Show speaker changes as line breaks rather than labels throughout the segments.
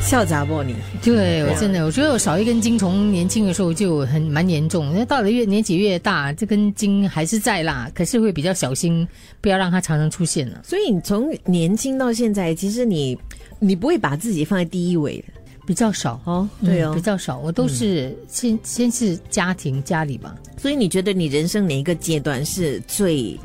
笑杂不你，
对，我真的，我觉得我少一根筋，从年轻的时候就很蛮严重。那到了越年纪越大，这根筋还是在啦，可是会比较小心，不要让它常常出现啊了。
所以你从年轻到现在，其实你你不会把自己放在第一位的
比较少，
哦，对
嗯
哦
比。较少。我都是先先是家庭家里吧，
所以你觉得你人生哪一个阶段是最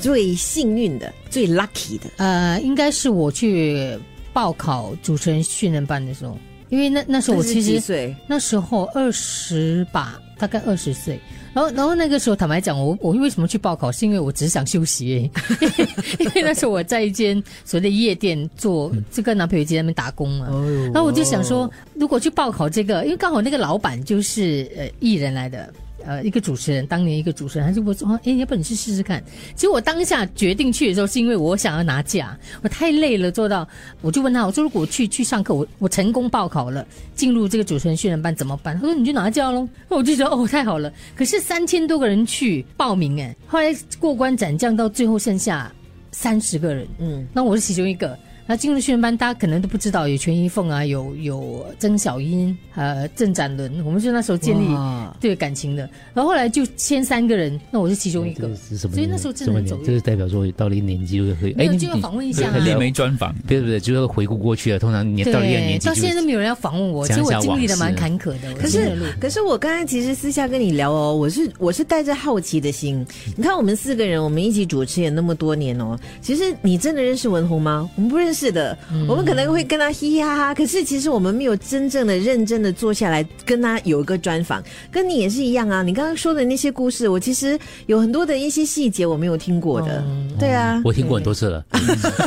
最幸运的、最 lucky 的？
呃，应该是我去报考主持人训练班的时候，因为那那时候我
这是
其
几
实
岁
那时候二十吧，大概二十岁。然后，然后那个时候，坦白讲，我我为什么去报考，是因为我只想休息 而已，因为因为那时候我在一间所谓的夜店做，就跟男朋友在那边打工嘛。然后我就想说，如果去报考这个，因为刚好那个老板就是呃艺人来的。呃，一个主持人，当年一个主持人，他就跟我说，哎，要不然你去试试看。其实我当下决定去的时候，是因为我想要拿假，我太累了，做到，我就问他，我说如果去去上课，我我成功报考了，进入这个主持人训练班怎么办？他说你就拿假喽。那我就觉得哦，太好了。可是三千多个人去报名，哎，后来过关斩将，到最后剩下三十个人，
嗯，
那我是其中一个。那进入训练班，大家可能都不知道有全一凤啊，有有曾小英，呃，郑展伦，我们是那时候建立
哇
对感情的。然后后来就签三个人，那我是其中一个
哎这。是什么
所
年？
以那时候真
什
的
么
很
年
走？运
这是代表说到了一个年纪就会，哎
没有
你
就要访问一
你
下啊
对
立
对
梅专访，
不是不是，就是回顾过去了。啊通常年到了一个
对，
年纪就
到
会，
现在都没有人要访问我，其
讲
实
一
我
下
经历的蛮
往事
坎坷的。我
可
心
是
的路，
可是我刚才其实私下跟你聊哦，我是我是带着好奇的心。
嗯
你看我们四个人，我们一起主持也那么多年哦。其实你真的认识文红吗？我们不认识的，
嗯
我们可能会跟他嘻嘻哈哈，可是其实我们没有真正的认真的坐下来跟他有一个专访。跟你也是一样啊，你刚刚说的那些故事，我其实有很多的一些细节我没有听过的。对啊，
嗯我听过很多 次了。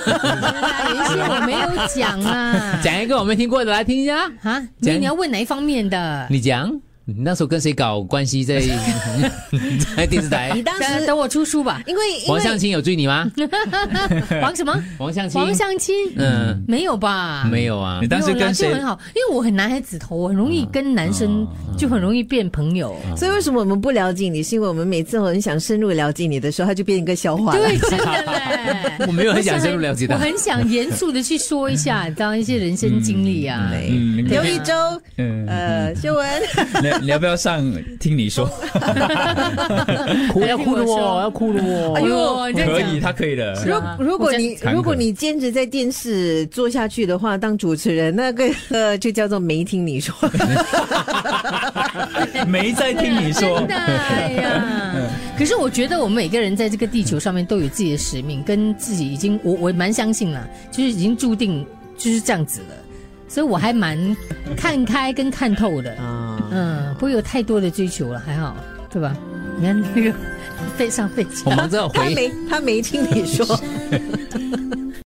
有一些我没有讲啊
讲一个我没听过的来听一下。
啊，你你要问哪一方面的？
你讲，你那时候跟谁搞关系 在在电视
你
台？
当
等
时。
等我出书吧
因为因
王
为
向清有追你吗？
王什么？
王向清，
王相亲？
嗯，
没有吧？
没有啊，
你。当时
没有啦
跟
就
谁嗯
很？好，因为我很男孩子头，我很容易跟男生就很容易变朋友。
所以为什么我们不了解你？是因为我们每次很想深入了解你的时候，它就变一个笑话了。
对，真的嘞
我没有很想深入了解
我
他。
很想严肃的去说一下，你知道一些人生经历啊。
嗯，你
刘一周，
嗯，
呃，秀文，
你要你要不要上？听你 说，
哭要哭了
我说
哦，要哭了哦。
哎呦，你这样
可以，
讲
他可以的。
如
啊
如果你
我真
如果你兼职在电视做下去的话，当主持人，那个呃就叫做没听你说。
没在听你说
真的，哎 呀！可是我觉得我们每个人在这个地球上面都有自己的使命，跟自己已经我我蛮相信啦，就是已经注定就是这样子了，所以我还蛮看开跟看透的。
啊
嗯，不会有太多的追求了，还好，对吧？你看那个飞上飞机
我，忙着
他
回
没他没听你说。